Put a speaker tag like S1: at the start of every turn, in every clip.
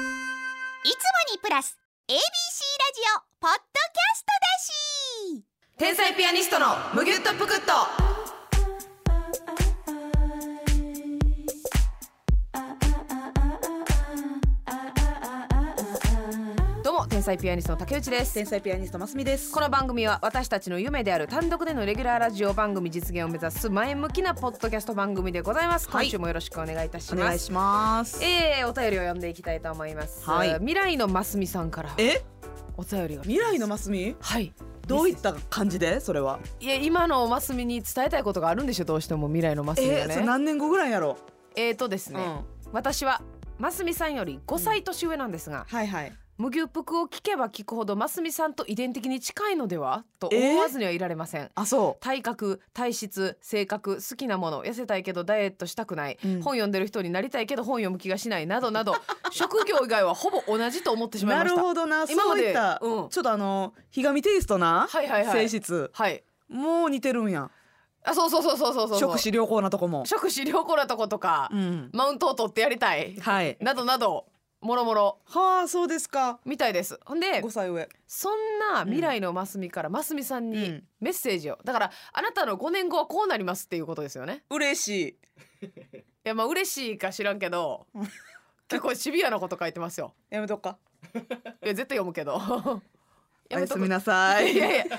S1: いつもにプラス ABC ラジオポッドキャストだし
S2: 天才ピアニストのむぎゅっとぷくっとどうも天才ピアニストの竹内です
S3: 天才ピアニストますみです
S2: この番組は私たちの夢である単独でのレギュラーラジオ番組実現を目指す前向きなポッドキャスト番組でございます
S3: はい
S2: 今週もよろしくお願いいたし
S3: お
S2: ま
S3: 願い
S2: す
S3: します
S2: えー、お便りを読んでいきたいと思います、
S3: はい
S2: 未来のますみさんから
S3: え
S2: お便りが
S3: 未来のますみ
S2: はい
S3: どういった感じでそれはい
S2: や今のマスミに伝えたいことがあるんでしょどうしても未来のマスミが
S3: えー、それ
S2: ね
S3: 何年後ぐらいやろ
S2: えーとです
S3: う、
S2: ね、私はマスミさんより5歳年上なんですが、
S3: はいはい
S2: 無牛ぷくを聞けば聞くほどマスミさんと遺伝的に近いのではと思わずにはいられません、
S3: あそ
S2: 体格体質性格好きなもの痩せたいけどダイエットしたくない、
S3: うん
S2: 本読んでる人になりたいけど本読む気がしないなどな ど職業以外はほぼ同じと思ってし
S3: う
S2: まい
S3: な
S2: まし
S3: る
S2: た
S3: ほどな
S2: 今ま
S3: そう
S2: で
S3: いった、
S2: うん
S3: ちょっとあのひがみテイストな、
S2: はいはいはい
S3: 性質
S2: はい
S3: もう似てるんや
S2: あそうそうそうそうそうそう
S3: 食死良好なとこも
S2: 食死良好なとことか、
S3: うん
S2: マウントを取ってやりたい
S3: はい
S2: などなどもろもろ
S3: はあそうですか
S2: みたいですほんで
S3: 5歳上
S2: そんな未来のますみからますみさん
S3: う
S2: に
S3: ん
S2: メッセージをだからあなたの5年後はこうなりますっていうことですよね
S3: 嬉しい
S2: いやまあ嬉しいか知らんけ ど
S3: うん
S2: 結構シビアなこと書いてますよ
S3: やめとっか
S2: いや絶対読むけ ど
S3: おやす
S2: く
S3: みなさい
S2: い やいや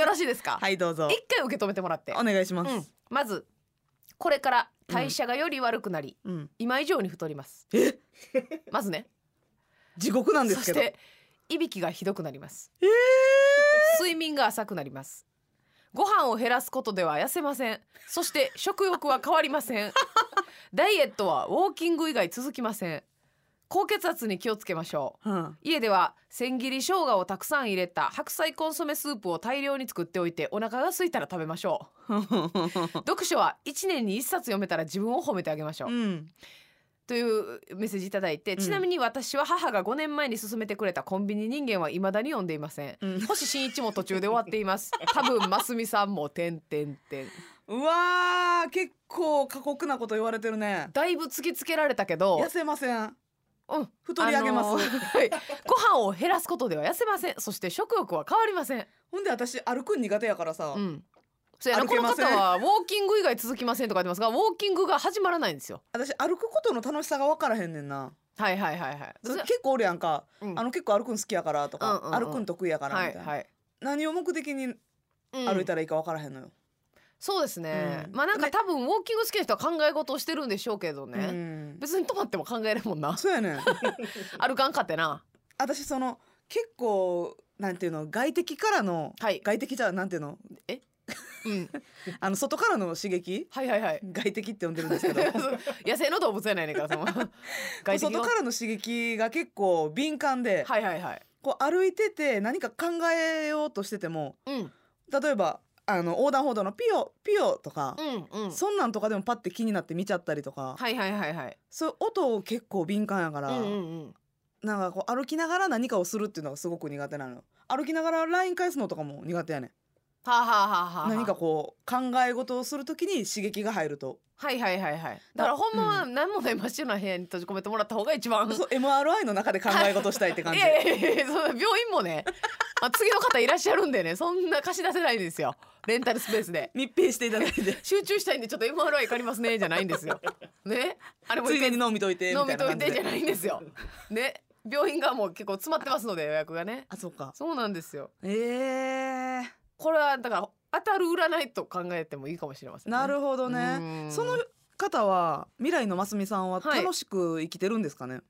S2: よろしいですか、
S3: はいどうぞ
S2: 一回受け止めてもらって
S3: お願いしま
S2: う
S3: す
S2: ん、まずこれから代謝がより悪くなり、
S3: うん、
S2: 今以上に太ります
S3: え
S2: まずね
S3: 地獄なんで
S2: そ
S3: すけ
S2: し
S3: ど
S2: ていびきがひどくなります
S3: えー
S2: 睡眠が浅くなりますご飯を減らすことでは痩せませんそして食欲は変わりませ んダイエットはウォーキング以外続きません高血圧に気をつけましょう
S3: うん
S2: 家では千切り生姜をたくさん入れた白菜コンソメスープを大量に作っておいてお腹が空いたら食べましょ う読書は1年に1冊読めたら自分を褒めてあげましょう、
S3: うん
S2: というメッセージいただいて、
S3: ん
S2: ちなみに私は母が5年前に勧めてくれたコンビニ人間は未だに読んでいません、
S3: うん
S2: 星新一も途中で終わってい ます多分ますみさんも点点点
S3: うわー結構過酷なこと言われてるね
S2: だいぶ突きつけられたけど
S3: 痩せません
S2: うん
S3: 太り上げます、
S2: あのーはいご飯を減らすことでは痩せませんそして食欲は変わりません
S3: ほんで私歩くん苦手やからさ、
S2: うんそうやな
S3: 歩
S2: こ
S3: け
S2: の
S3: ませ
S2: 方
S3: ん
S2: はウォーキング以外続きませんとか言ってますがウォーキングが始まらないんですよ
S3: 私歩くことの楽しさが分からへんねんな
S2: はいはいはいはい
S3: そ
S2: そ
S3: れ結構おるやんか、
S2: うん
S3: あの結構歩くん好きやからとか、
S2: うんうんうん
S3: 歩くん得意やからみ
S2: は
S3: たい
S2: い
S3: な、
S2: はい、
S3: 何を目的に
S2: うん
S3: 歩いたらいいか分からへんのよ、
S2: そうですね、
S3: うん
S2: まあなんか多分ウォーキング好きな人は考え事をしてるんでしょうけど
S3: う
S2: ね、
S3: ん
S2: 別に止まっても考えるもんな
S3: そうや ねん
S2: 歩かんかってな
S3: 私その結構なんていうの外敵からの、
S2: はい
S3: 外敵じゃなんていうの
S2: うん
S3: あの外からの刺激
S2: はいはい はい
S3: 外敵って呼んでるん ですけど
S2: 野生の動物やないねんからそ の外敵
S3: 外
S2: は
S3: からの刺激が結構敏感で、
S2: はいはいはい
S3: こう歩いてて何か考えようとしてても
S2: うんうん
S3: 例えばあの横断歩道のピヨピヨとか、
S2: うん
S3: そんなんとかでもパッて気になって見ちゃったりとか、
S2: はいはいはいはい
S3: そういう音結構敏感やか
S2: う
S3: ら、
S2: んうんうん
S3: なんかこう歩きながら何かをするっていうのがすごく苦手なの歩きながら LINE 返すのとかも苦手やねん
S2: はあ、はあはあはあ、
S3: 何かこう考え事をするときに刺激が入ると、
S2: はいはいはいはいだからほんまは
S3: う
S2: 何もない真っ白な部屋に閉じ込めてもらった方が一番
S3: そう MRI の中で考え事したいって感
S2: い
S3: じ
S2: やいやいやいやその病院もね、まあ、次の方いらっしゃるんでねそんな貸し出せないんですよレンタルスペースで
S3: 密閉していただいて
S2: 集中したいんでちょっと MRI 借りますねじゃないんですよねあれも
S3: つ
S2: 一
S3: い
S2: 回
S3: でに飲みといて
S2: 飲
S3: みた
S2: み
S3: いな
S2: とい
S3: 感じ
S2: てじゃ
S3: で
S2: ないんです よね病院がもう結構詰まってますので予約がね
S3: あそうか
S2: そうなんですよ
S3: えー、
S2: これはだから当たる占いと考えてもいいかもしれませんね
S3: なるほど
S2: う
S3: ね
S2: ん
S3: その方は未来のますみさんは
S2: はい
S3: 楽しく生きてるんですかね、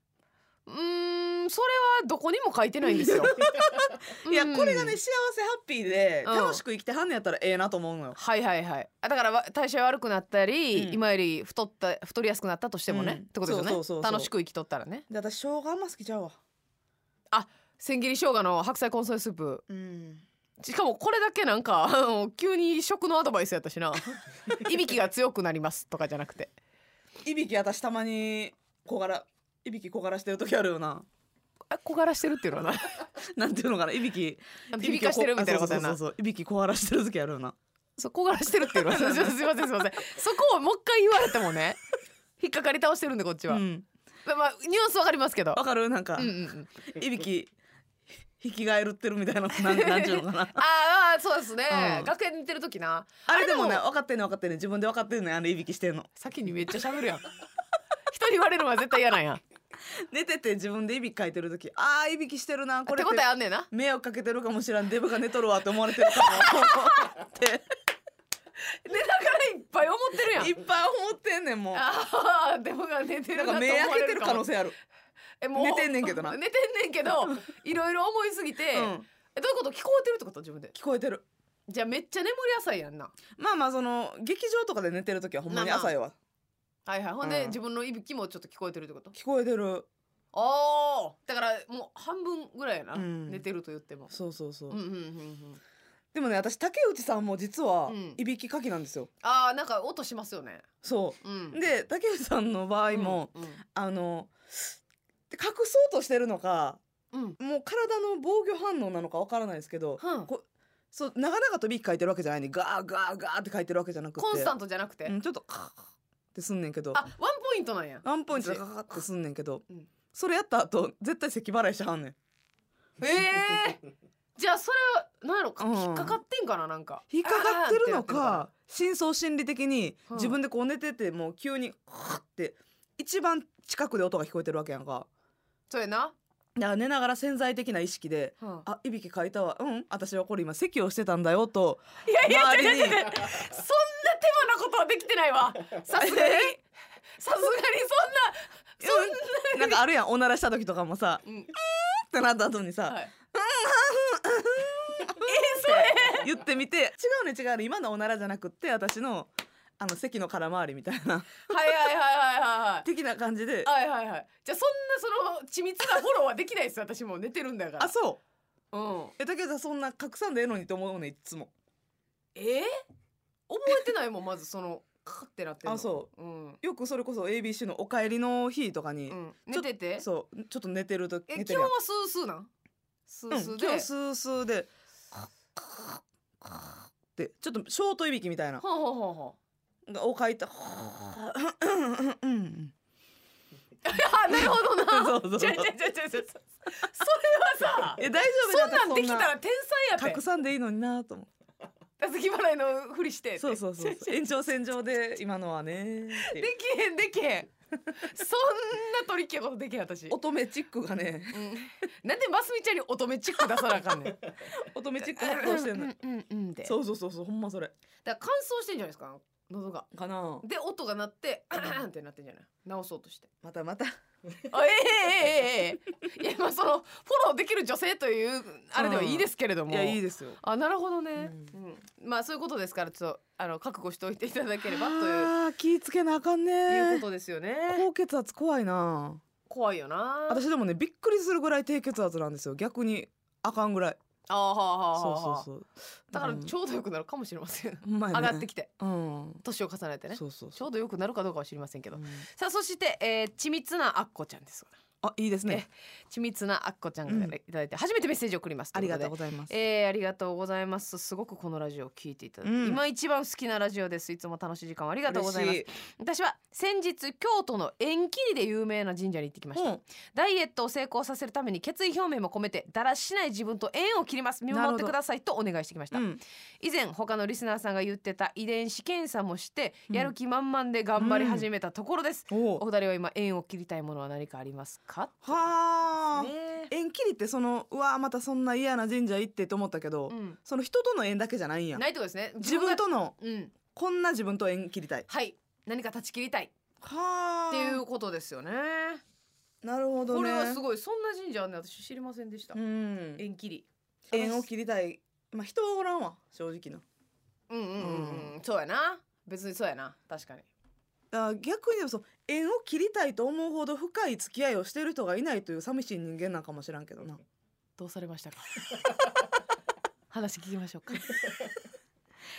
S2: うーんそれはどこにも書いてないんですよ
S3: いや
S2: うん
S3: これがね幸せハッピーで
S2: うん
S3: 楽しく生きてはんのやったらええなと思うのよ。
S2: はいはいはいあだからわ代謝悪くなったり、
S3: うん
S2: 今より太った太りやすくなったとしてもね、
S3: うん
S2: ってことですよね
S3: そうそうそうそう
S2: 楽しく生きとったらね
S3: で私生姜あんま好きちゃうわ。
S2: 千切り生姜の白菜コンソメスープ
S3: うん。
S2: しかもこれだけなんか あの急に食のアドバイスやったし ないびきが強くなりますとかじゃなくて
S3: いびき私たまに小柄いびき小柄してる時あるよな。
S2: あ小柄してるっていうのはな
S3: なんていうのかないびき
S2: ピビカしてるみたいなことや
S3: あ
S2: な
S3: そうそうそうそういびき小柄してる時あるよな。
S2: そう小柄してるっていうのはち ょっとすいませんすいませんそこをもう一回言われてもね引っかかり倒してるんでこっちは、
S3: うん。
S2: まあニュアンスわかりますけど
S3: わかるなんか、
S2: うんうんうん
S3: いびきひき返るってるみたいななんなんていうのかな
S2: あーあーそうですね、
S3: うん
S2: 学園に似てる時な
S3: あれでもね
S2: あれで
S3: 分かってんね分かってんね自分で分かってんねあのいびきしてんの
S2: 先にめっちゃ喋る やん人に言われるのは絶対嫌なんや
S3: 寝てて自分でいびきかいてる時あーいびきしてるなこ
S2: って
S3: れっ
S2: こと
S3: て
S2: やあんねんな
S3: 迷惑かけてるかもしらんデブが寝とるわって思われてるかもって
S2: 寝ながらいっぱい思ってるやん
S3: いっぱい思ってんねんもう
S2: ああでもが寝てる
S3: な
S2: なと
S3: んか
S2: 思
S3: 目
S2: わ
S3: 開
S2: れ
S3: けて
S2: る
S3: る
S2: か
S3: 可
S2: も
S3: 能性ある
S2: えもう
S3: 寝てんねんけど な
S2: 寝てんねんけ どいろいろ思いすぎて、
S3: うん
S2: えどういうこと聞こえてるってこと自分で
S3: 聞こえてる
S2: じゃあめっちゃ眠り浅いやんな
S3: まあまあその劇場とかで寝てる時はほんまに
S2: まあまあ
S3: 朝よは
S2: はいはいほんで、
S3: うん
S2: 自分のいびきもちょっと聞こえてるってこと
S3: 聞こえてる
S2: ああだからもう半分ぐらいやな、
S3: うん
S2: 寝てると言っても
S3: そうそうそう、
S2: うんうんうんうん
S3: でもね私竹内さんも実は
S2: うん
S3: いびきかきなんですよ、
S2: ああなんか音しますよね
S3: そ
S2: うん
S3: うで竹内さんの場合も、あの隠そうとしてるのか
S2: うんうん
S3: もう体の防御反応なのかわからないですけど、
S2: うん
S3: こそう長々といびきかいてるわけじゃないねガーガーガーってかいてるわけじゃなくて
S2: コンスタン
S3: ト
S2: トじゃなくて、
S3: うん、ちょっとカーってすんねんけど
S2: あワンポイントなんや
S3: ワンポイントでカカってすんねんけど、
S2: うん
S3: それやった後絶対咳払いしはんねん
S2: ええー、 じゃあそれは何やろか
S3: うん
S2: 引っかかってんかななんか
S3: 引っかかってる
S2: あーってな
S3: のか
S2: ってるのか
S3: 深層心理的に
S2: うん
S3: 自分でこう寝ててもう急にカーって一番近くで音が聞こえてるわけやんか
S2: そうやな、
S3: だから寝ながら潜在的な意識で
S2: うん
S3: 「あいびきかいたわうん私はこれ今咳をしてたんだよ」と
S2: いやいや
S3: 周りに
S2: 違う違う違うそんな手間なことはできてない わさすがにさすがにそんな
S3: なんかあるやんおならした時とかもさ
S2: そんな、うん
S3: ってなった後にさ、
S2: はい、
S3: 言ってみて違うね違うね今のおならじゃなくって私のあの席の空回りみたいな
S2: はいはいはいはいはいはい
S3: 的な感じで
S2: はいはいはいじゃあそんなその緻密なフォローはできないです私もう寝てるんだから
S3: あそう
S2: うん
S3: えだけどそんな隠さんでええのにと思うねいっつも
S2: えー、覚えてないもんまずそのカッてなってんの、
S3: あそう
S2: うん
S3: よくそれこそ ABC の「お帰りの日」とかに、
S2: うん、寝てて
S3: そうちょっと寝てると
S2: え
S3: 寝て
S2: 基
S3: る
S2: 本
S3: や
S2: は
S3: ん
S2: スースーなんスース
S3: う
S2: ー
S3: ん
S2: で、
S3: 基本スースーででちょっとショートいびきみたいな
S2: ほうほうほうほう
S3: がをかいた
S2: あなるほどな
S3: そ うそう
S2: 違う違う違う違うそれはさ
S3: え大丈夫
S2: そん
S3: だって
S2: なんできたら天才や
S3: 隠
S2: て
S3: さんでいいのになと思って
S2: たすき払いのふりしてって
S3: そうそうそ うそう延長線上で今のはねっていう
S2: できへんできへんそんなトリッキーなことできへん私、うん、
S3: 乙女チックがね
S2: なんでますみちゃんに乙女チック出さなあかんねん
S3: 乙女チック発動してんの
S2: うんうんうんで
S3: そうそうそうそうほんまそれ
S2: だから乾燥してんじゃないですか喉が
S3: かな
S2: で音が鳴ってあーんってなってんじゃない直そうとして
S3: またまた
S2: あええええええええ いやまあそのフォローできる女性というあれではいいですけれども、
S3: いやいいですよ
S2: あなるほどね、う
S3: う
S2: んまあそういうことですからちょっとあの覚悟しておいていただければという
S3: あー気ぃつけなあかん
S2: いう
S3: ね
S2: ことですよね
S3: 高血圧怖いな
S2: 怖いよな
S3: 私でもねびっくりするぐらい低血圧なんですよ逆にあかんぐらい
S2: あーはあはあはあ
S3: そ
S2: は
S3: う
S2: あ
S3: そうそう
S2: だからち
S3: ょ
S2: ょうどよくなるかもしれませ ん、
S3: 上
S2: 上がってきて
S3: うん
S2: 年を重ねてね
S3: そうそう
S2: ち
S3: そ
S2: ょ
S3: う
S2: うどよくなるかどうかは知りませんけど、
S3: うん
S2: さあそして、えー、緻密なあっこちゃんです
S3: あいいですね
S2: 緻密なあっこちゃんがいただいて初めてメッセージを送ります
S3: ありがとう
S2: ござい
S3: ございます
S2: えーありがとうございますすごくこのラジオを聞いていただいて、
S3: うん
S2: 今一番好きなラジオですいつも楽しい時間をあり
S3: あ
S2: がとうございます私は先日京都の縁切りで有名な神社に行ってきました、ダイエットを成功させるために決意表明も込めてだらしない自分と縁を切ります見守ってくださいとお願いしてきました、
S3: うん
S2: 以前他のリスナーさんが言ってた遺伝子検査もして
S3: うん
S2: やる気満々で頑張り始めたところです、
S3: お
S2: お
S3: う
S2: 二人は今縁を切りたいものは何かありますか、
S3: はあ
S2: ね
S3: 縁切りってそのうわまたそんな嫌な神社行ってと思ったけど、
S2: う
S3: その人との縁だけじゃないんや
S2: ん、ないってことですね
S3: 自分
S2: が
S3: との
S2: うん
S3: こんな自分と縁切りたい
S2: はい何か断ち切りたいっ
S3: はあ
S2: ていうことですよね
S3: なるほどね
S2: これはすごいそんな神社あんね私知りませんでした、
S3: うん
S2: 縁切り
S3: 縁を切りたいまあ人はおらんわ正直な
S2: うんうんうん、うん、そうやな別にそうやな確かに
S3: だから逆にでもそう縁を切りたいと思うほど深い付き合いをしてる人がいないという寂しい人間なんかもしらんけどな
S2: どうされましたか 話聞きましょうか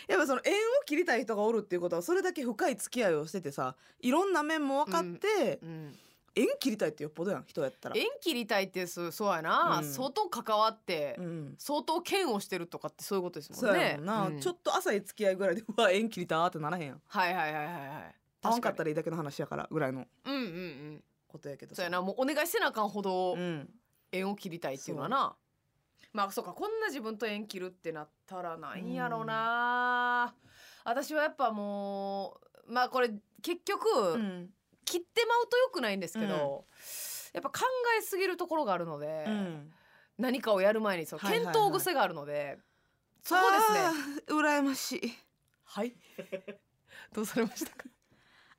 S3: やっぱその縁を切りたい人がおるっていうことはそれだけ深い付き合いをしててさいろんな面も分かって、
S2: うん
S3: 縁切りたいってよっぽどやん人やったら
S2: 縁切りたいってそうそうやな、
S3: うん
S2: 相当関わって、
S3: うん
S2: 相当嫌悪してるとかってそういうことですも
S3: そ
S2: ん
S3: う
S2: ね
S3: やもんな、
S2: うん
S3: ちょっと浅い付き合いぐらいでうわ縁切りたーってならへんやん
S2: はいはいはいはいはい
S3: 合わんかった
S2: ら
S3: らいいだけの話やからぐらいの
S2: うんうんうん
S3: ことやけどさ
S2: そうやなもうお願いせなあかんほど
S3: うん
S2: 縁を切りたいっていうのはな、まあそうかこんな自分と縁切るってなったらなんやろうな、私はやっぱもうまあこれ結局、
S3: うん
S2: 切ってまうと良くないんですけど、やっぱ考えすぎるところがあるので、
S3: うん
S2: 何かをやる前にそう
S3: はいはい
S2: 検
S3: はい
S2: 討癖があるので、そこですね
S3: あー羨ましい
S2: はいどうされま したか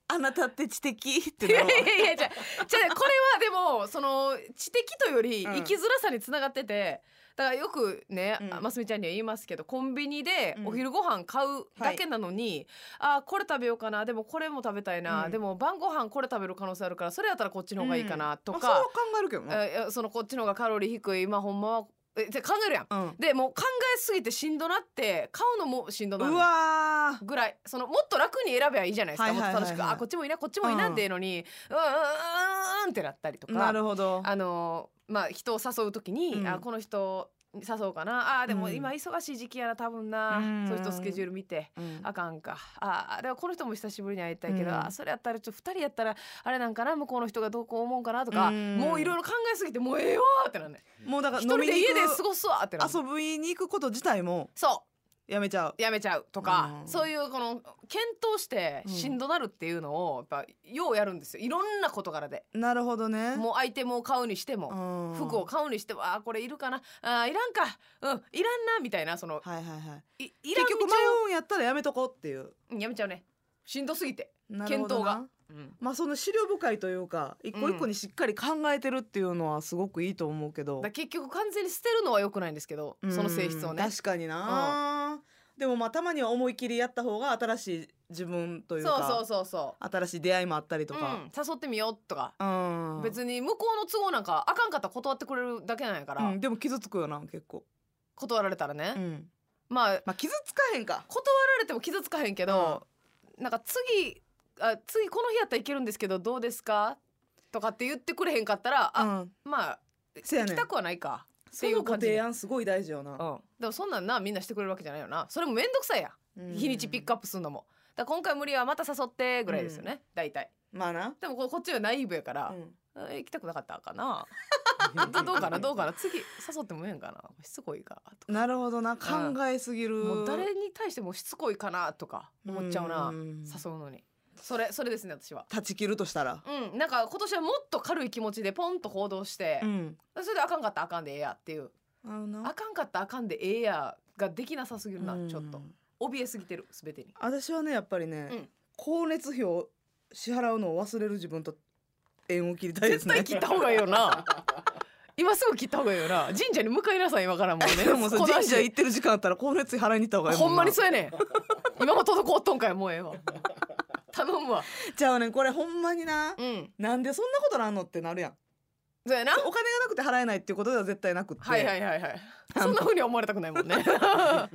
S3: あなたって知的って
S2: い
S3: な
S2: や
S3: る
S2: い
S3: わ
S2: やいやじゃあ じゃあこれはでもその知的というより
S3: うん
S2: 生きづらさにつながってて、だからよくね、
S3: うん
S2: あますみちゃんには言いますけどコンビニで
S3: うん
S2: お昼ご飯買うだけなのに、あーこれ食べようかなでもこれも食べたいな、
S3: うん
S2: でも晩ご飯これ食べる可能性あるからそれやったらこっちの方がいいかなと
S3: あそれは
S2: か
S3: 考、えるけどな、
S2: えいやそのこっちの方がカロリー低いまあほんまはえじゃあ考えるやん。でもう考えすぎてしんどなって買うのもしんど
S3: う、
S2: なんる
S3: うわー
S2: ぐらいそのもっと楽に選べばいいじゃないですか、
S3: はいはいはいは
S2: もっ
S3: い
S2: と楽しくあこっちもいいなこっちもいいな
S3: うん
S2: っていうのに、うん、うんうんうんうんってなったりとか
S3: なるほど
S2: あのまあ人を誘う時に、
S3: うん
S2: あこの人誘おうかなあーでも
S3: うん
S2: 今忙しい時期やな多分な、
S3: うん
S2: そういう人スケジュール見て。
S3: うん
S2: あかんかあーでもこの人も久しぶりに会いたいけど、
S3: うん
S2: あーそれやったらちょっと2人やったらあれなんかな向こうの人がどうこう思うかなとか、
S3: うん
S2: もういろいろ考えすぎてもうええわーってなんね
S3: もうだから
S2: 一
S3: 飲
S2: 人
S3: みに
S2: で
S3: 行
S2: 家
S3: く
S2: で過ごすわってなんね
S3: 遊びに行くこと自体も
S2: そう
S3: やめちゃう
S2: やめちゃうとか、
S3: うん
S2: そういうこの検討してしんどなるっていうのをやっぱようやるんですよいろんな事柄で
S3: なるほどね
S2: もうアイテムを買うにしても、
S3: うん
S2: 服を買うにしてもあーこれいるかなあーいらんかうんいらんなみたいなその
S3: はいはいはい
S2: いいらん
S3: 結
S2: 道
S3: 局迷うんやったらやめとこうっていう
S2: をやめちゃうねしんどすぎて、
S3: なるほど
S2: 検討
S3: な
S2: がうん
S3: まあその資料深いというか一個一個にしっかり考えてるっていうのはすごくいいと思うけど
S2: だから、結局完全に捨てるのは良くないんですけど
S3: うん
S2: その性質をね
S3: 確かにな、でもまあたまには思い切りやった方が新しい自分というか
S2: そうそうそうそ
S3: 新しい出会いもあったり
S2: う
S3: とか、
S2: うん誘ってみようとか、
S3: うん
S2: 別に向こうの都合なんかあかんかったら断ってくれるだけなんやから、
S3: うんでも傷つくよな結構、
S2: 断られたらね、
S3: うん
S2: まあ
S3: まあ傷つかへんか
S2: 断られても傷つかへんけど、なんか次あ次この日やったらいけるんですけどどうですかとかって言ってくれへんかったら、あ
S3: うん、
S2: まあ
S3: せや
S2: 行き
S3: ねん
S2: たくはないかって
S3: そ
S2: いう
S3: のご
S2: 感じ
S3: 提案すごい大事よな、
S2: うん、でもそんなんなみんなしてくれるわけじゃないよなそれも面倒くさいや、
S3: うん
S2: ん、日にちピックアップするのもだから今回無理はまた誘ってぐらいですよね、大体
S3: まあな、
S2: でもここっちはナイーブやから、
S3: うん
S2: え行きたくなかったかな どどうかなどうかな次誘ってもええんかなしつこいかとか
S3: なるほどな考えすぎる、
S2: もう誰に対してもしつこいかなとか思っちゃうな、
S3: ん
S2: 誘うのにそれそれですね私は
S3: 断ち切るとしたら、
S2: うんなんか今年はもっと軽い気持ちでポンと行動して、
S3: ん、
S2: それであかんかったらあかんでええやっていう
S3: あのな
S2: あかんかったらあかんでええやができなさすぎるな、
S3: うん
S2: ちょっと怯えすぎてる全てに
S3: 私はねやっぱりね、
S2: うん
S3: 光熱費を支払うのを忘れる自分と縁を切りたいです
S2: 絶
S3: ね
S2: 対切った方がいいよな 今すぐ切った方がいいよな神社に向かいなさい今からもう
S3: で
S2: ね
S3: もさ
S2: この
S3: 神
S2: 足
S3: 社行ってる時間あったら光熱費払いに行った方がいいも
S2: ほんまに
S3: そ
S2: そうやねん今も滞っとんかいもうええわ頼むわ
S3: じゃあねこれほんまにな、
S2: うん
S3: なんでそんなことなんのってなるやん
S2: そうやな
S3: お金がなくて払えないっていうことでは絶対なくって、
S2: はいはいはいはいそんな風には思われたくないもん ね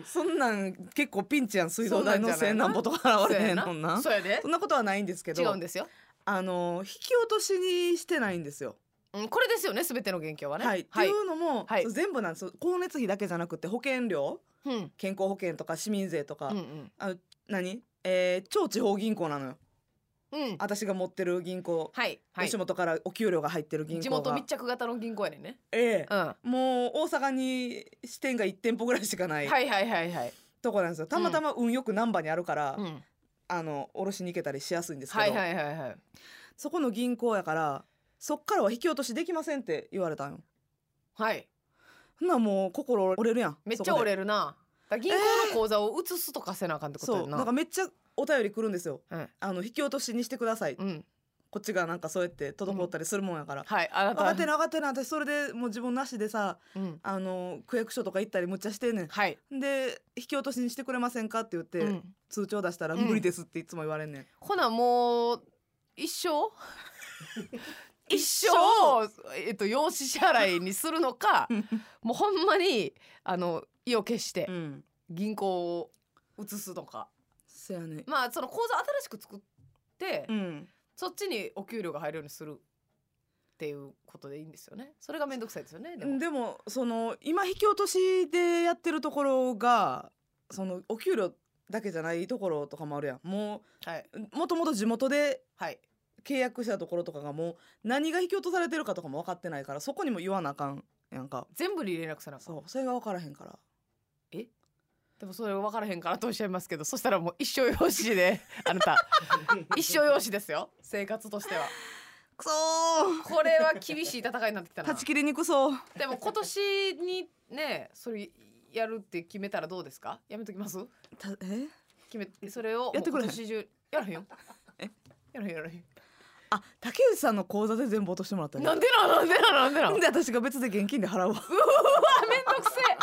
S3: そんなん結構ピンチやん水道代の
S2: そんなんじゃない
S3: 千何本とか払われへんもんな
S2: そうやで
S3: そんなことはないんですけ
S2: 違う
S3: ど
S2: んですよ
S3: あの引き落としにしてないんですよ
S2: うん、これですよね全ての元凶はね。
S3: はい、っていうのも、
S2: はい
S3: そう全部なんですよ光熱費だけじゃなくて保険料
S2: うんうん
S3: 健康保険とか市民税とか、
S2: うん
S3: 何、えー超地方銀行なのよ
S2: うん、
S3: 私が持ってる銀行、
S2: はい、はい
S3: 吉、本からお給料が入ってる銀行が
S2: 地元密着型の銀行やねんね。
S3: ええ
S2: うん、は
S3: もう大阪に支店が1店舗ぐらいしかないい
S2: はいはいはい。
S3: とこなんですよたまたま運よく難波にあるから、
S2: うん、
S3: あの下ろしに行けたりしやすいんですけど、
S2: はいはいはいはい。
S3: そこの銀行やからそっからは引き落としできませんって言われたんよ
S2: はい、
S3: ほんならもう心折れるやん
S2: めっちゃ折
S3: れ
S2: れ
S3: る
S2: るな。だから銀行の口座を移すとかせなあかんってこと
S3: そ
S2: や
S3: うんなん
S2: な。
S3: かめっちゃお便り来るんですよ
S2: うん
S3: あの引き落としにしてください、
S2: うん、
S3: こっちがなんかそうやって滞ったりするもんやから、
S2: はい、あな
S3: 分かって
S2: た。
S3: る分かってる私それでもう自分なしでさ
S2: うん、
S3: あの区役所とか行ったりむっちゃしてんねん
S2: はい、
S3: で引き落としにしてくれませんかって言って、
S2: うん、
S3: 通帳出したら
S2: うん
S3: 無理ですっていつも言われんねん、
S2: ほなもう一 生。一生えっと養子支払いにするのかもうほんまにあの意を決して
S3: うん
S2: 銀行を移すとか
S3: そやね
S2: まあその口座新しく作って、
S3: うん
S2: そっちにお給料が入るようにするっていうことでいいんですよねそれが面倒くさいですよねでも
S3: でもその今引き落としでやってるところがそのお給料だけじゃないところとかもあるやんも
S2: はいう
S3: もともと地元で
S2: はい
S3: 契約したところとかがもう何が引き落とされてるかとかも分かってないからそこにも言わなあかんやんか
S2: 全部に連絡さなあかん
S3: そうそれが分からへんから
S2: でもそれ分からへんからとおっしゃいますけどそしたらもう一生養子 であなた一生養子ですよ生活としては
S3: くそ
S2: これは厳しい戦いになってきた
S3: ー
S2: な
S3: 断ち切りにくそう
S2: でも今年にねそれやるって決めたらどうですかやめときます
S3: たえ
S2: 決めそれを
S3: やってくれへん
S2: もう今年中やらへんよ
S3: え
S2: やらへんやらへん
S3: あ竹内さんの口座で全部落としてもらったね
S2: なんでなんなんでなんなんでなん
S3: ほん
S2: うわ
S3: で私が別で現金で払うわ ほ
S2: めんどくせえ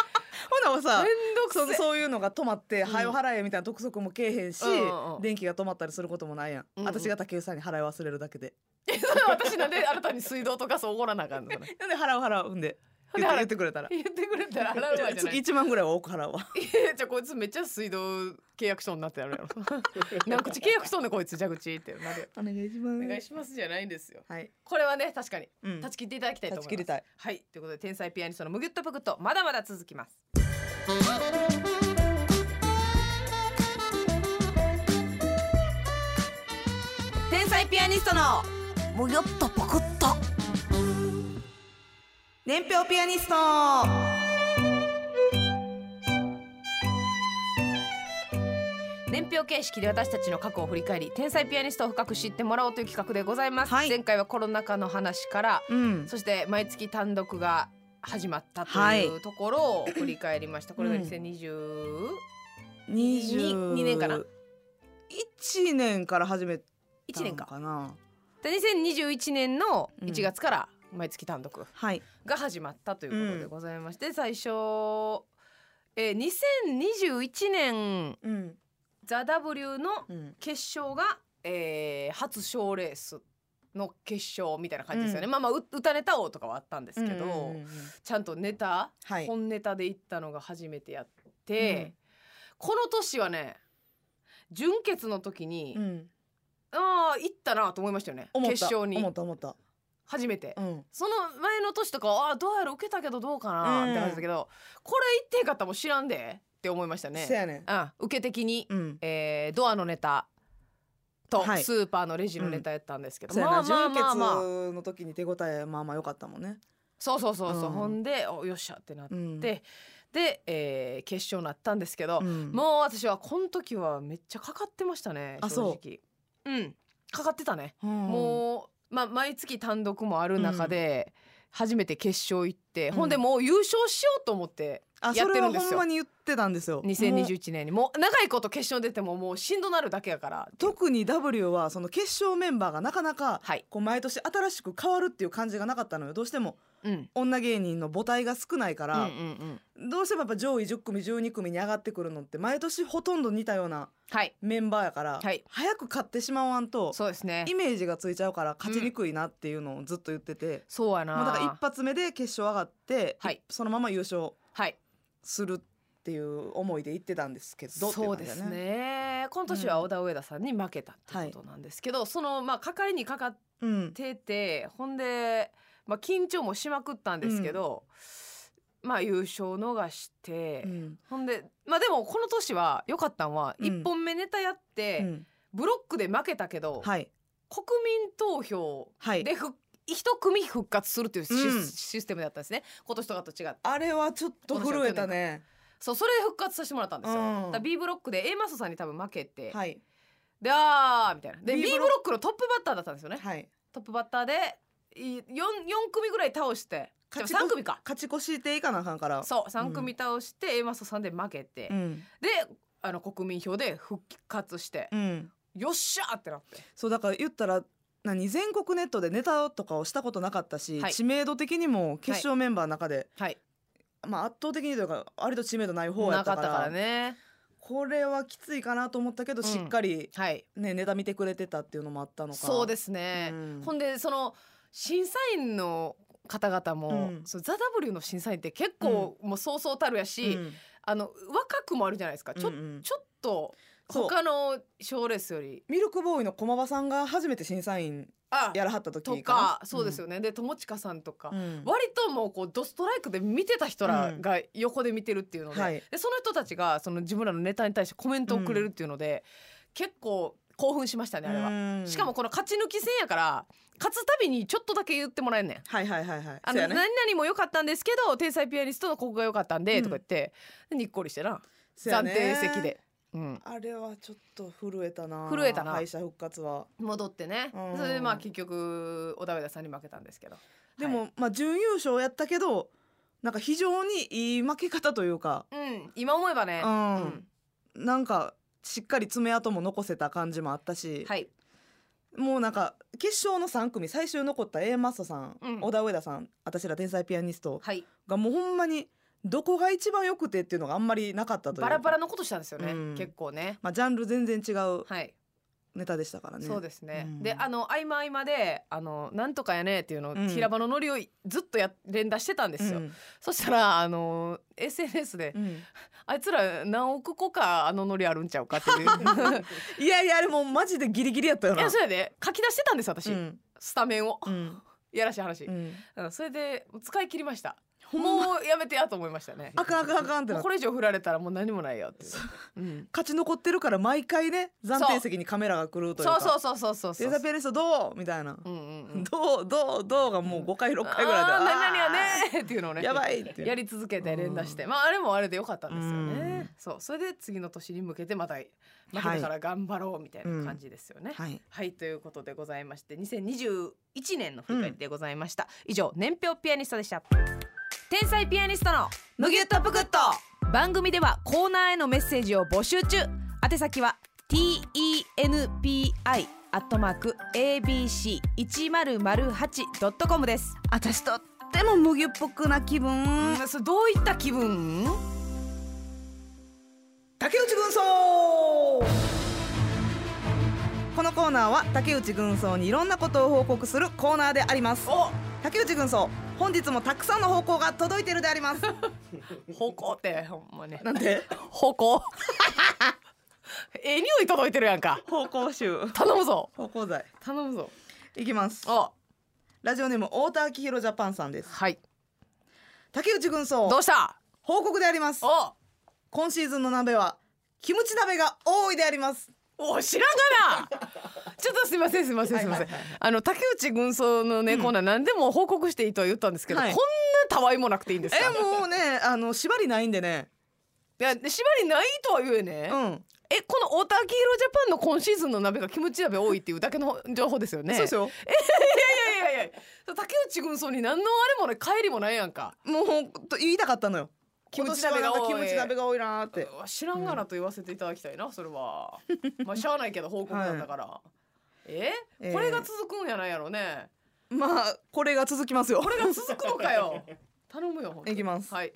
S3: なもさ
S2: めんどくせ
S3: そ
S2: え
S3: のそういうのが止まって
S2: ん
S3: 「はよ払え」みたいな督促もけえへんし、
S2: うんうんうん
S3: 電気が止まったりすることもないやん、
S2: うんうん
S3: 私が竹内さんに払い忘れるだけで
S2: 私なんであなたに水道とかそうおごらなあかんのかな
S3: なんで払う払うんで
S2: ほん
S3: 言
S2: で
S3: っ
S2: 払
S3: て
S2: う
S3: 言ってくれたら
S2: 言ってくれたら払うわじゃない
S3: 月1万ぐらいは多く払うわ
S2: いやじゃあこいつめっちゃ水道契約しとんなってな るやろ何口契約しとんねんこいつ蛇口ってなるよ
S3: お願いしま
S2: お願いしますじゃないんですよ
S3: はい、
S2: これはね確かに
S3: うん、
S2: 断ち切っていただきたいと
S3: 断
S2: 思
S3: ち
S2: いま
S3: 切り
S2: す
S3: たい
S2: はいということで天才ピアニストのムギュッとパクッとまだまだ続きます天才ピアニストの
S1: もよっとぽくっと
S3: 年表ピアニストは
S2: 年表形式で私たちの過去を振り返り天才ピアニストを深く知ってもらおうという企画でございます、
S3: はい
S2: 前回はコロナ禍の話から
S3: うん
S2: そして毎月単独が始まったと
S3: はい
S2: いうところを振り返りました。これが
S3: うん
S2: 2020
S3: 22
S2: 22年かな
S3: 1年から始めた
S2: 一年
S3: の
S2: か。
S3: かな
S2: で2021年の
S3: うん
S2: 1月から毎月単独
S3: はい
S2: が始まったということでございまして、最初えー2021年
S3: うん
S2: ザ W の
S3: うん
S2: 決勝が、えー初賞レースの決勝みたいな感じですよね。まあまあう歌ネタ王とかはあったんですけど、
S3: うんうんうんうん
S2: ちゃんとネタ
S3: はい
S2: 本ネタで行ったのが初めてやって、この年はね準決の時に、
S3: うん
S2: ああ行ったなと思いましたよね
S3: 思った
S2: 決勝
S3: 思っ
S2: に
S3: た思った
S2: 初めて、
S3: うん
S2: その前の年とかはああどうやら受けたけどどうかな
S3: うん
S2: みたいな感じだけど、これ行ってへんかったらもう知らんでって思いましたね
S3: せ、やねん
S2: うん、受け的に、
S3: うん
S2: えードアのネタと、
S3: はい
S2: スーパーのレジのネタやったんですけど、
S3: そうや
S2: まあ
S3: な
S2: まあ
S3: 純
S2: まあまあ
S3: 血の時に手応えまあまあ良かったもんね
S2: そうそうそうそう、
S3: うん
S2: ほんでおよっしゃってなって、
S3: うん
S2: で、えー決勝になったんですけど、
S3: うん
S2: もう私はこの時はめっちゃかかってましたね
S3: あ
S2: 正直うんかかってたね、
S3: うん
S2: もう、まあ、毎月単独もある中で、初めて決勝行って、
S3: ん
S2: ほんでもう優勝しようと思って
S3: あ
S2: や
S3: そ
S2: って
S3: れ
S2: る
S3: は
S2: んです
S3: ほん
S2: よ
S3: まに言ってたんですよもう
S2: 2021年にもう長いこと決勝出てももうしんどなるだけやから
S3: 特に W はその決勝メンバーがなかなか
S2: はい、
S3: こう毎年新しく変わるっていう感じがなかったのよどうしても
S2: うん、
S3: 女芸人の母体が少ないか
S2: うんうん
S3: ら、
S2: うん
S3: どうしてもやっぱ上位10組12組に上がってくるのって毎年ほとんど似たような
S2: はい
S3: メンバーやから、
S2: はい
S3: 早く勝ってしまわんと
S2: そうですね
S3: イメージがついちゃうから勝ちにくいなっていうのをずっと言ってて、
S2: そうやな
S3: もうだから一発目で決勝上がって、
S2: はい
S3: そのまま優勝
S2: はい
S3: するっていう思いで言ってたんですけどってい
S2: そう
S3: 感
S2: で
S3: じだ
S2: すね今年は小田上田さんに負けたってことなんですけど、そのまあかかりにかかっ
S3: うん
S2: ててほんで、まあ、緊張もしまくったんですけど、まあ優勝逃して、
S3: うん
S2: ほんでまあでもこの年は良かったんは
S3: うん
S2: 1本目ネタやって、
S3: うん
S2: ブロックで負けたけど、
S3: はい
S2: 国民投票
S3: はい
S2: でふ一組復活するというシ,、
S3: うん
S2: システムだったんですね今年とかと違って
S3: あれはちょっと震えたね
S2: そうそれで復活させてもらったんですよ、
S3: うん
S2: だから B ブロックで A マスさんに多分負けて、
S3: はい
S2: であーみたいなで B
S3: B
S2: ブロックのトップバッターだったんですよね
S3: はい
S2: トップバッターでい四四組ぐらい倒して
S3: 勝ち越
S2: 3組か
S3: 勝ち越していかなあかんから
S2: そう三組倒して A マスさんで負けて、
S3: うん
S2: であの国民票で復活して、
S3: うん
S2: よっしゃーってなって
S3: そうだから言ったら何全国ネットでネタとかをしたことなかったし、
S2: はい
S3: 知名度的にも決勝メンバーの中で、
S2: はい
S3: まあ、圧倒的にというか割と知名度ない方や
S2: な
S3: っ
S2: か
S3: た
S2: った
S3: か
S2: かららね
S3: これはきついかなと思ったけ
S2: う
S3: ど、
S2: ん
S3: しっかり、
S2: はい
S3: ね、ネタ見てくれてたっていうのもあったのか
S2: そうですすね、
S3: うん
S2: ほんでその審査員の方々も、
S3: うん
S2: そうザ・ W の審査員って結構、もうそうそうたるやし、あの若くもあるじゃないですかちょ,、ちょっと
S3: そう
S2: 他の賞レースより
S3: ミルクボーイの駒場さんが初めて審査員
S2: あ
S3: やらはった時
S2: と
S3: な
S2: かそうですよね、で友近さんとか、
S3: うんうん
S2: 割ともうこうドストライクで見てた人らが横で見てるっていうので,、
S3: はい
S2: でその人たちがその自分らのネタに対してコメントをくれるっていうので、結構興奮しましたねあれは。
S3: は
S2: しかもこの勝ち抜き戦やから勝つたびにちょっとだけ言ってもらえんねん。
S3: はいはいはいはい
S2: あ
S3: そう
S2: の、
S3: やね
S2: 何々も良かったんですけど天才ピアニストのここが良かったんで、
S3: うん
S2: とか言ってでにっこりしてな
S3: そうや
S2: 暫
S3: ね
S2: 定席で、うん、
S3: あれはちょっと震えたな
S2: 震えたな
S3: 敗者復活は
S2: 戻ってね
S3: うん
S2: それでまあ結局小田上田さんに負けたんですけど
S3: でも、、まあ準優勝やったけどなんか非常にいい負け方というか
S2: はいうん今思えばね
S3: う、
S2: うんん
S3: なんかしっかり爪痕も残せた感じもあったし、
S2: はい
S3: もうなんか決勝の3組最終残った A マッソさん、
S2: うん
S3: 小田上田さん私ら天才ピアニスト
S2: はい
S3: がもうほんまにどこが一番良くてっていうのがあんまりなかったというか
S2: バラバラのことしたんですよね、
S3: うん
S2: 結構ね
S3: まあ、ジャンル全然違う
S2: はい、
S3: ネタでしたからね。
S2: そうですね、
S3: うん
S2: であの合間合間で「あのなんとかやね」っていうのを、
S3: うん
S2: 平場のノリをずっとや連打してたんですよ、
S3: うん
S2: そしたらあの SNS で、
S3: うん
S2: あいつら何億個かあのノリあるんちゃうかって いう
S3: いやいやあれもうマジでギリギリやったよ
S2: い
S3: な。
S2: やそうやで書き出してたんです私、
S3: うん
S2: スタメンを、
S3: うん
S2: いやらしい話、
S3: うん
S2: うんそれで使い切りました
S3: ほんま
S2: もうやめてやと思いましたね
S3: あかんあかんあかんって
S2: も
S3: な
S2: う
S3: って
S2: これ以上振られたらもう何もないよっていう、うん、
S3: 勝ち残ってるから毎回ね暫定席にカメラが来るという
S2: そ
S3: か
S2: うそうそうそうそう
S3: テ
S2: そ
S3: レ
S2: う
S3: サピアニストどうみたいな、
S2: うんうんうん
S3: どうどうどうがもう5回6回ぐらいで、
S2: あー
S3: あー
S2: 何々やねっていうのをね
S3: やばいっていう
S2: やり続けて連打して、まああれもあれでよかったんですよ
S3: うん
S2: ねそうそれで次の年に向けてまた負けたから頑張ろうみたいな感じですよね、はい
S3: はい
S2: ということでございまして2021年の振り返りでございました、以上年表ピアニストでした天才ピアニストの
S3: むぎゅっとぷくっと
S2: 番組ではコーナーへのメッセージを募集中宛先は tenpi アットマーク abc1008.com です
S3: 私とっても麦っぽくな気分、
S2: うん、それどういった気分
S3: 竹内軍曹このコーナーは竹内軍曹にいろんなことを報告するコーナーであります
S2: お
S3: 竹内軍曹本日もたくさんの報告が届いてるであ ります
S2: 方向ってほんまね
S3: なんで
S2: 方向ええ匂い届いてるやんか
S3: 報告集
S2: 頼むぞ
S3: 報告罪
S2: 頼むぞ
S3: いきます
S2: あ
S3: ラジオネーム太田明宏ジャパンさんです
S2: はい
S3: 竹内軍曹
S2: どうした
S3: 報告であります
S2: お
S3: 今シーズンの鍋はキムチ鍋が多いであります
S2: お知らんがなちょっとすいませんすいませんすいません
S3: はいはいはい
S2: あの竹内軍曹のね、コーナー何でも報告していいとは言ったんですけど、
S3: はい
S2: こんなたわいもなくていいんですか
S3: えもうねあの縛りないんでね
S2: いや縛りないとは言えね、
S3: うん
S2: えこの太田明宏ジャパンの今シーズンの鍋がキムチ鍋多いっていうだけの情報ですよね
S3: そうですよ
S2: いやいやいや竹内軍曹に何のあれもない帰りもないやんか
S3: もうほんと言いたかったのよ
S2: キムチ鍋が多い
S3: 今年はなんかキムチ鍋が多いなーって
S2: うわ知らんがなと言わせていただきたいなそれはまあしゃあないけど報告なんだから、え
S3: えー
S2: これが続くんやないやろね
S3: まあこれが続きますよ
S2: これが続くのかよ 頼むよほんと
S3: いきます
S2: はい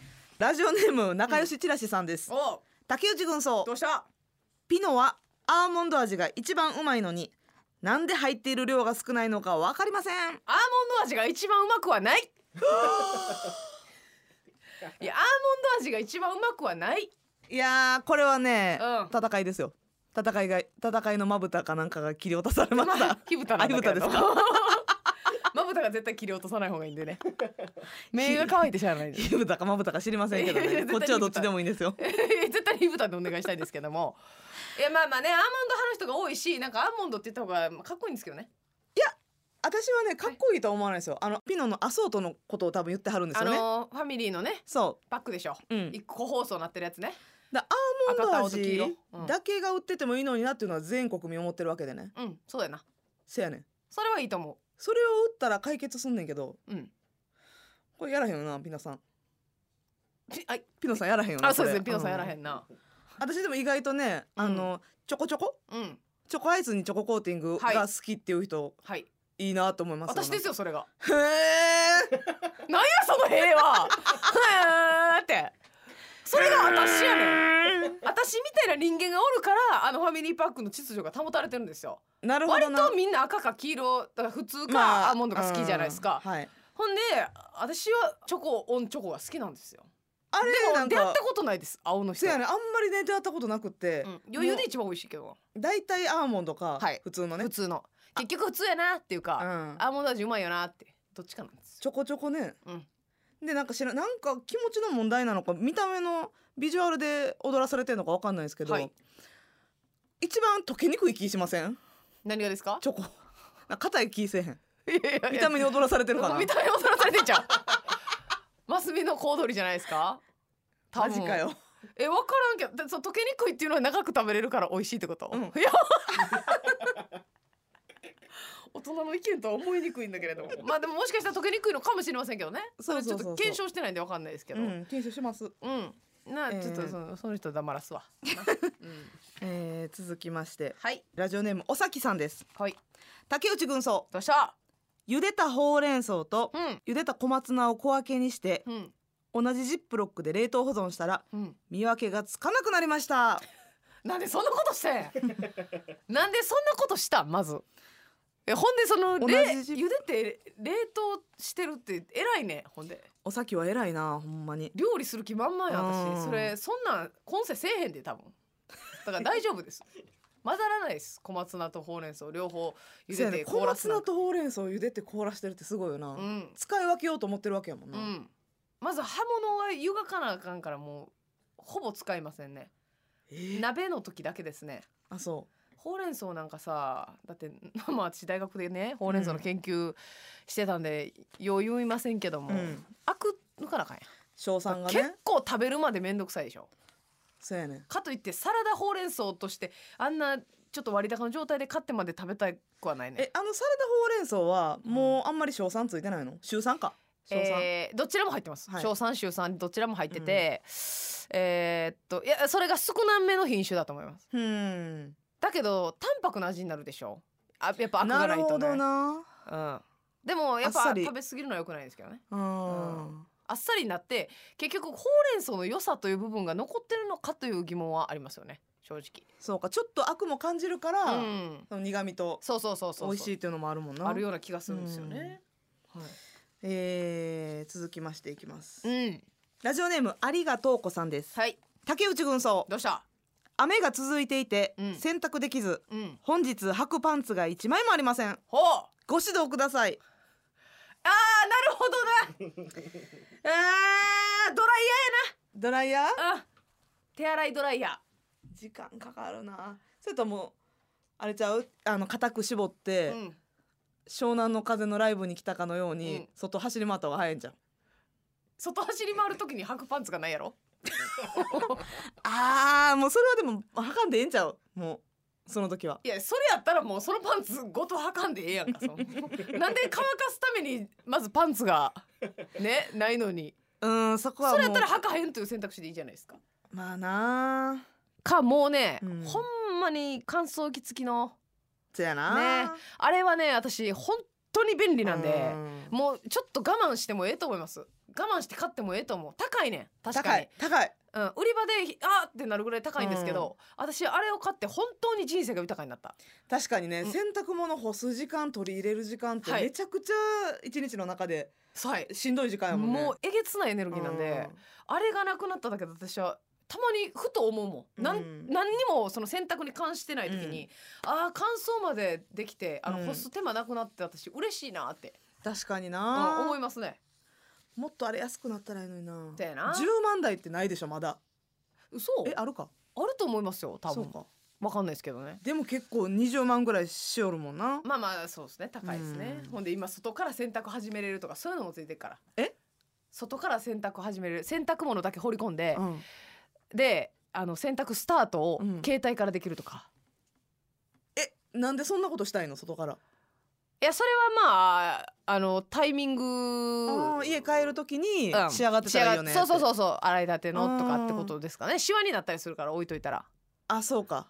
S3: ラジオネーム仲良しちらしさんです、
S2: お
S3: 竹内軍曹
S2: どうした
S3: ピノはアーモンド味が一番うまいのになんで入っている量が少ないのかわかりません
S2: アーモンド味が一番うまくはない いやアーモンド味が一番うまくはない
S3: いやーこれはね、
S2: う
S3: 戦いですよ戦いが戦いのまぶたかなんかが切り落とされました
S2: 火蓋なんだけれど
S3: あ火蓋
S2: まぶたが絶対切り落とさない方がいいんで ね目が乾いてしゃあないんで
S3: 火蓋かまぶたか知りませんけど
S2: いやいや
S3: ね
S2: 絶対
S3: こっちはどっちでもいいんですよ
S2: 絶対リブタンでお願いしたいですけども いやまあまあねアーモンド派の人が多いしなんかアーモンドって言った方がかっこいいんですけどね
S3: 私はねかっこいいとは思わないですよあのピノのアソートのことを多分言ってはるんです
S2: あ
S3: よね、
S2: のーファミリーのね
S3: そ
S2: パックでしょ
S3: ううん
S2: 一個放送なってるやつね
S3: だアーモンド
S2: 赤と青と黄
S3: 味
S2: 色うん
S3: だけが売っててもいいのになっていうのは全国民思ってるわけでね
S2: うんそうやな
S3: せやねん
S2: それはいいと思
S3: それを売ったら解決すんねんけど
S2: ううん
S3: これやらへんよなピノさん
S2: ピあ
S3: ピノさんやらへんよな
S2: あそうですね
S3: これ
S2: ピノさんやらへ
S3: うん
S2: な
S3: 私でも意外とねあの、チョコチョコ
S2: うん
S3: チョコアイスにチョココーティング
S2: はい
S3: が好きっていう人、
S2: はい
S3: い、いなと思います
S2: 私です
S3: よ
S2: よそれが
S3: へえ
S2: なんやその平和へーってそれが私やねん私みたいな人間がおるからあのファミリーパックの秩序が保たれてるんですよ
S3: なるほ
S2: 割
S3: どな
S2: とみんな赤か黄色だから普通か、アーモンドが好きじゃないですか、
S3: うんはい
S2: ほんで私はチョコオンチョコが好きなんですよ
S3: あれ
S2: で
S3: な
S2: も
S3: ん
S2: 出会っ
S3: か
S2: たことないです青の人
S3: せやねあんまりね出会ったことなくって
S2: うん、余裕で一番美味しいけど
S3: 大体、アーモンドか、
S2: はい
S3: 普通のね
S2: 普通の結局普通やなっていう
S3: う
S2: か、
S3: ん
S2: アーモンド味うまいよなってどっちかなんですよ
S3: ちょこちょこね、
S2: うん
S3: でなんか知らなんか気持ちの問題なのか見た目のビジュアルで踊らされてるのかわかんないですけど、
S2: はい
S3: 一番溶けにくい気しません
S2: 何がですか
S3: チョコ なんか硬い気せえへん見
S2: 見
S3: た目に踊らされてるかな
S2: 見た目もさらされてんじゃん マスミの小踊りじゃないですか多
S3: マ
S2: 分
S3: ジかよ
S2: え分からんけどだそう溶けにくいっていうのは長く食べれるから美味しいってこと、
S3: うん
S2: い や大人の意見とは思いにくいんだけれどもまあでももしかしたら溶けにくいのかもしれませんけどね
S3: そうそうそうそ
S2: れちょ
S3: う
S2: っと検証してないんで分かんないですけ
S3: う
S2: どうん、
S3: ん検証します
S2: なあ
S3: えー
S2: ちょっとその,、その人黙らすわ、うん
S3: えー、続きまして
S2: はい
S3: ラジオネームおさきさんです
S2: はい
S3: 竹内軍曹
S2: どうした
S3: 茹でたほうれん草と
S2: うん
S3: 茹でた小松菜を小分けにして
S2: うん
S3: 同じジップロックで冷凍保存したら
S2: うん
S3: 見分けがつかなくなりました
S2: なんでそんなことして なんでそんなことしたまずえほんでその
S3: 同
S2: れ
S3: じ時
S2: 茹でて冷凍してるって偉いねほんで
S3: おさきは偉いなほんまに
S2: 料理する気満々や
S3: うん
S2: 私それそんなん今世せえへんで多分だから大丈夫です 混ざらないです小松菜とほうれん草両方
S3: そう
S2: 茹
S3: や
S2: でて
S3: ね
S2: 凍
S3: 小
S2: ら
S3: 松
S2: すな
S3: 菜
S2: んか
S3: とほうれん草を茹でて凍らしてるってすごいよな、
S2: うん
S3: 使い分けようと思ってるわけやもん
S2: う
S3: な、
S2: んまず葉物は湯がかなあかんからもうほぼ使いませんね
S3: えー
S2: 鍋の時だけですね
S3: あそ
S2: ほうれん草なんかさだってまあ私大学でねほうれん草の研究してたんで、余裕いませんけども、
S3: う、うん、
S2: 開くのかなあかん
S3: 賞賛
S2: やん、
S3: がね
S2: 結構食べるまで面倒くさいでしょ
S3: そうやね
S2: かといってサラダほうれん草としてあんなちょっと割高の状態で買ってまで食べたくはないね
S3: えあのサラダほうれん草はもうあんまり賞賛ついてないの賞賛か賞賛、
S2: えーどちらも入ってます、
S3: はい
S2: 小三週三どちらも入ってて、えーっといやそれが少なめの品種だと思います
S3: うーん
S2: だけど淡白な味になるでしょあやっぱアク
S3: な
S2: が
S3: る
S2: ない
S3: ほ
S2: とね
S3: どな
S2: うん、でもやっ
S3: あっさ
S2: ぱ
S3: り
S2: 食べ過ぎるのは良くないですけどね
S3: うん
S2: あっさりになって結局ほうれん草の良さという部分が残ってるのかという疑問はありますよね正直
S3: そうかちょっと悪も感じるから、
S2: うん
S3: その苦味と
S2: そうそうそうそうそ
S3: 美
S2: う
S3: 味しいっていうのもあるもんな
S2: あるような気がするんですよね、はい
S3: えー、続きましていきます、
S2: うん、
S3: ラジオネームありがとうこさんです
S2: はい、
S3: 竹内軍曹
S2: どうした。
S3: 雨が続いていて、
S2: うん
S3: 洗濯できず
S2: うん、
S3: 本日履くパンツが一枚もありません
S2: ほう。あ
S3: ご指導ください
S2: あ、なる ほどな。ああ、ドライ
S3: ドライヤー
S2: ヤーや。あ、手洗いドライヤ
S3: 時間かかるなそれともあれちゃうあの固く絞って、
S2: ー。うん。
S3: 湘南の風のライブに来たかのように、
S2: うん
S3: 外走り回った方が早いんじゃん
S2: 外走り回る時に履くパンツがないやろ。
S3: あーもうそれはでも履かんでええんちゃうもうその時はい
S2: や、それやったら、もうそのパンツごと履かんでええやん か。そのなんで乾かすために、まずパンツが。ね、ないのに。
S3: うんそこはも
S2: そうれやったら履かへんという選択肢でいいじゃないですか。
S3: まあなあ
S2: か、もうね、
S3: うん
S2: ほんまに乾燥機付きの。
S3: そやな
S2: ねあれはね、私、本当に便利なんで。
S3: うん
S2: もうちょっと我慢してもええと思います我慢して買ってもええと思う高いねん確
S3: 高
S2: かに
S3: い、高い
S2: うん、売り場であーってなるぐらい高いんですけど、私あれを買って本当に人生が豊かになった
S3: 確かにね、
S2: うん
S3: 洗濯物干す時間取り入れる時間って
S2: はい
S3: めちゃくちゃ一日の中で
S2: はい
S3: しんどい時間やもんね。
S2: もうえげつないエネルギーなんで、あれがなくなっただけで私はたまにふと思うもん、なん
S3: うん
S2: 何にもその洗濯に関してない時に、ああ乾燥までできてあ
S3: う
S2: の
S3: ん
S2: 干す手間なくなって私嬉しいなって、
S3: うん確かに
S2: うん
S3: な、
S2: 思いますね
S3: もっとあれ安くなったらいいのにな。
S2: だよな
S3: 十万台ってないでしょまだ。
S2: 嘘
S3: え
S2: あ
S3: あるか。
S2: ると思いますよ多
S3: そう
S2: 分
S3: か。
S2: わかんないですけどね
S3: でも結構二十万ぐらいしおるもんな。
S2: まあまあそうですね高いですね
S3: うん
S2: ほんで今外から洗濯始めれるとかそういうのもついてるから
S3: え
S2: 外から洗濯始めれる洗濯物だけ放り込んで、
S3: うん
S2: であの洗濯スタートを
S3: うん
S2: 携帯からできるとか、
S3: えなんでそんなことしたいの外から。
S2: いやそれはまああのタイミン
S3: あ
S2: グ
S3: ー家帰るときに
S2: うん
S3: 仕上がってたらいいよね。
S2: 仕上がそうそうそう
S3: う。
S2: そう洗いたてのとかってことですかねシワになったりするから置いといたら
S3: あそうか。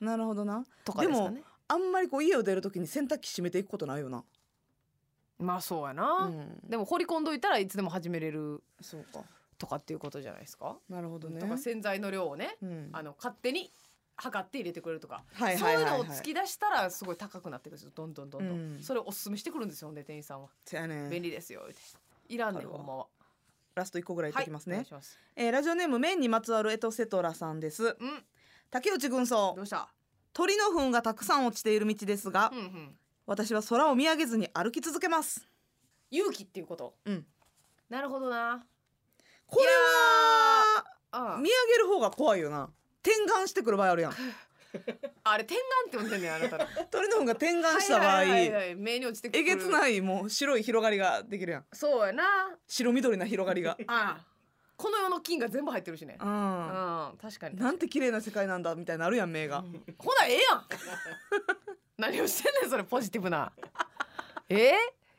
S2: うん
S3: なるほどな。
S2: とかですか
S3: で
S2: ね
S3: あんまりこう家を出るときに洗濯機閉めていくことないよな。
S2: まあそうや
S3: う
S2: な、
S3: ん。
S2: でも放り込んどいたらいつでも始めれる
S3: そうか。
S2: とかっていうことじゃないですか、
S3: なるほどね
S2: と。か洗剤の量をね
S3: うん
S2: あの勝手に測って入れてくれるとか、
S3: はいはいはいはい
S2: そういうのを突き出したらすごい高くなってくるんですよどんどんどんどん、
S3: うん
S2: それをおすすめしてくるんですよほんで店員さんは、
S3: じゃあね
S2: 便利ですよ言うていらんねん
S3: なるわ
S2: ほんまは
S3: ラスト一個ぐらいいっ
S2: は
S3: て
S2: い
S3: きますね、
S2: お願いします
S3: えーラジオネーム麺にまつわるエトセトラさんです
S2: うん
S3: 竹内軍
S2: ど
S3: 曹
S2: うした
S3: 鳥の糞がたくさん落ちている道ですが、
S2: うんうん
S3: 私は空を見上げずに歩き続けます
S2: 勇気っていうこと
S3: うん
S2: なるほどな
S3: これは
S2: ああ
S3: 見上げる方が怖いよな転眼してくる場合あるやん
S2: あれ天眼って呼んでんねんあ なたら
S3: 鳥の糞が転換した場合、
S2: はいはいはいはい目に落ちてくる
S3: えげつないもう白い広がりができるやん
S2: そうやな
S3: 白緑な広がりが
S2: ああこの世の金が全部入ってるしね
S3: う
S2: うんん確かに
S3: なんて綺麗な世界なんだみたいになるやん目が、
S2: ほなええやん 何をしてんねんそれポジティブなえ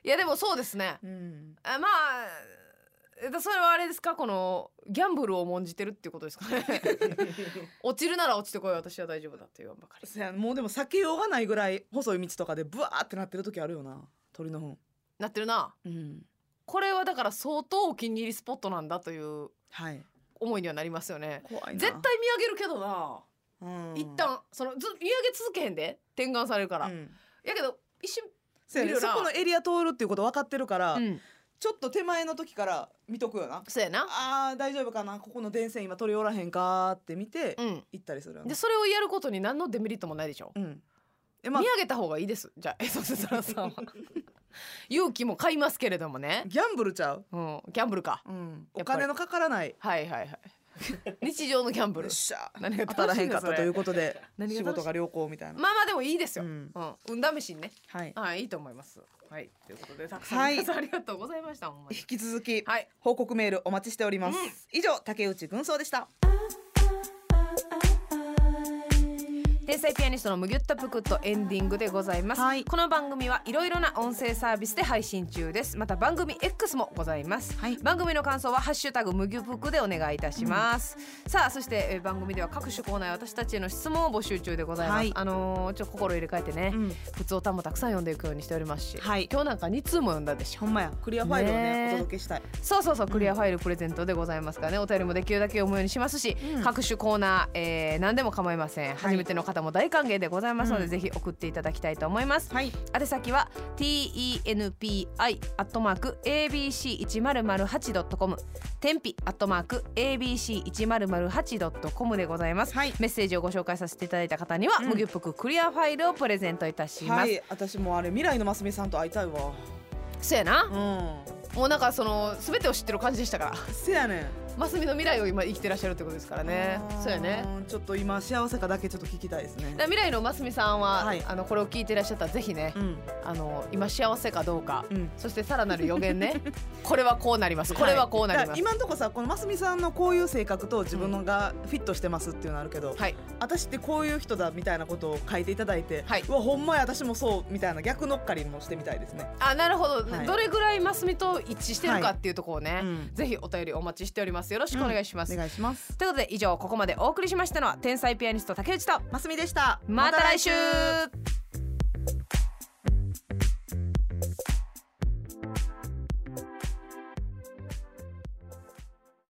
S2: いやでもそうですね
S3: うん
S2: あまあえっとそれはあれですかこのギャンブルを重んじてるっていうことですか ね落ちるなら落ちてこい私は大丈夫だって言わんばかり
S3: そやもうでも避けようがないぐらい細い道とかでブワーってなってる時あるよな鳥の糞
S2: なってるな
S3: うん
S2: これはだから相当お気に入りスポットなんだという
S3: はい
S2: 思いにはなりますよね
S3: 怖いな
S2: 絶対見上げるけどな、
S3: うん
S2: 一旦そのず見上げ続けへんで転換されるから、
S3: うん
S2: やけど一瞬、
S3: そやね
S2: 見る
S3: そ
S2: な
S3: このエリア通るっていうこと分かってるから、
S2: うん、
S3: ちょっと手前の時から見とくよな
S2: そうやな
S3: あー大丈夫かなここの電線今取りおらへんかーって見て
S2: うん
S3: 行ったりするよね
S2: でそれをやることに何のデメリットもないでしょ、
S3: うんえまあ
S2: 見上げた方がいいですじゃあ えそせたら さんは勇気も買いますけれどもね、
S3: ギャンブルちゃう、
S2: うん、ギャンブルか
S3: うん、
S2: や
S3: お
S2: っぱり
S3: 金のかからない
S2: はいはいはい 日常のギャンブ
S3: よ
S2: ル
S3: っしゃ
S2: 何が
S3: 当たらへんかったという
S2: か
S3: ことで
S2: 何が楽しい
S3: 仕事が良好みたいな、
S2: まあまあでもいいですよ、
S3: う
S2: うんん運試しにね
S3: はい
S2: はいいいと思いますはいということでたくさ
S3: は
S2: ん
S3: い
S2: 皆さんありがとうございました、ほんまに
S3: 引き続き、
S2: はい
S3: 報告メールお待ちしております、以上竹内軍曹でした
S2: 天才ピアニストのむぎゅったぷくっとエンディングでございます、
S3: はい
S2: この番組はいろいろな音声サービスで配信中ですまた番組 X もございます、
S3: はい
S2: 番組の感想はハッシュタグむぎゅぷくでお願いいたします、さあそしてえー番組では各種コーナーや私たちへの質問を募集中でございます、
S3: はい
S2: あのーちょっと心入れ替えてね、
S3: うん
S2: 普通歌もたくさん読んでいくようにしておりますし、
S3: はい
S2: 今日なんか2通も読んだでしょ
S3: ほんまやクリアファイルをね
S2: ねえ
S3: お届けしたい
S2: そうそうそうクリアファイルプレゼントでございますからねお便りもできるだけ読むようにしますし、
S3: うん
S2: 各種コーナー、えー何でも構いません初めての方も大歓迎でございますので、
S3: うん
S2: ぜひ送っていただきたいと思います、
S3: はい
S2: 宛先は tenpi アットマーク abc 一ゼロゼロ八ドットコム、天日アットマーク abc 一ゼロゼロ八ドットコムでございます。
S3: はい
S2: メッセージをご紹介させていただいた方には、
S3: うん
S2: 無ギュップククリアファイルをプレゼントいたします。
S3: はい私もあれ未来のますみさんと会いたいわ
S2: そうやな、
S3: う
S2: もうなんかそのすべてを知ってる感じでしたから。
S3: んせやねん
S2: マスミの未来を今生きてらっしゃるってことですからね
S3: ん
S2: そうやね
S3: ちょっと今幸せかだけちょっと聞きたいです
S2: だ
S3: ね
S2: から未来のマスミさんは、
S3: はい
S2: あのこれを聞いてらっしゃったらぜひね、
S3: うん
S2: あの今幸せかどうか、
S3: うん
S2: そしてさらなる予言 ねこれはこうなりますこれはこうなりま
S3: だから
S2: す、
S3: 今んとこさこのますみさんのこういう性格と自分のがフィットしてますっていうのあるけど、
S2: はい
S3: 私ってこういう人だみたいなことを書いていただいて、
S2: はいう
S3: わほんまや私もそうみたいな逆乗っかりもしてみたいですね、
S2: あなるほど、
S3: はい
S2: どれぐらいマスミと一致してるかっていうところをね、
S3: うん
S2: ぜひお便りお待ちしておりますよろしくお願いします、
S3: お願いします
S2: ということで以上ここまでお送りしましたのは天才ピアニスト竹内と
S3: ますみでした
S2: また来週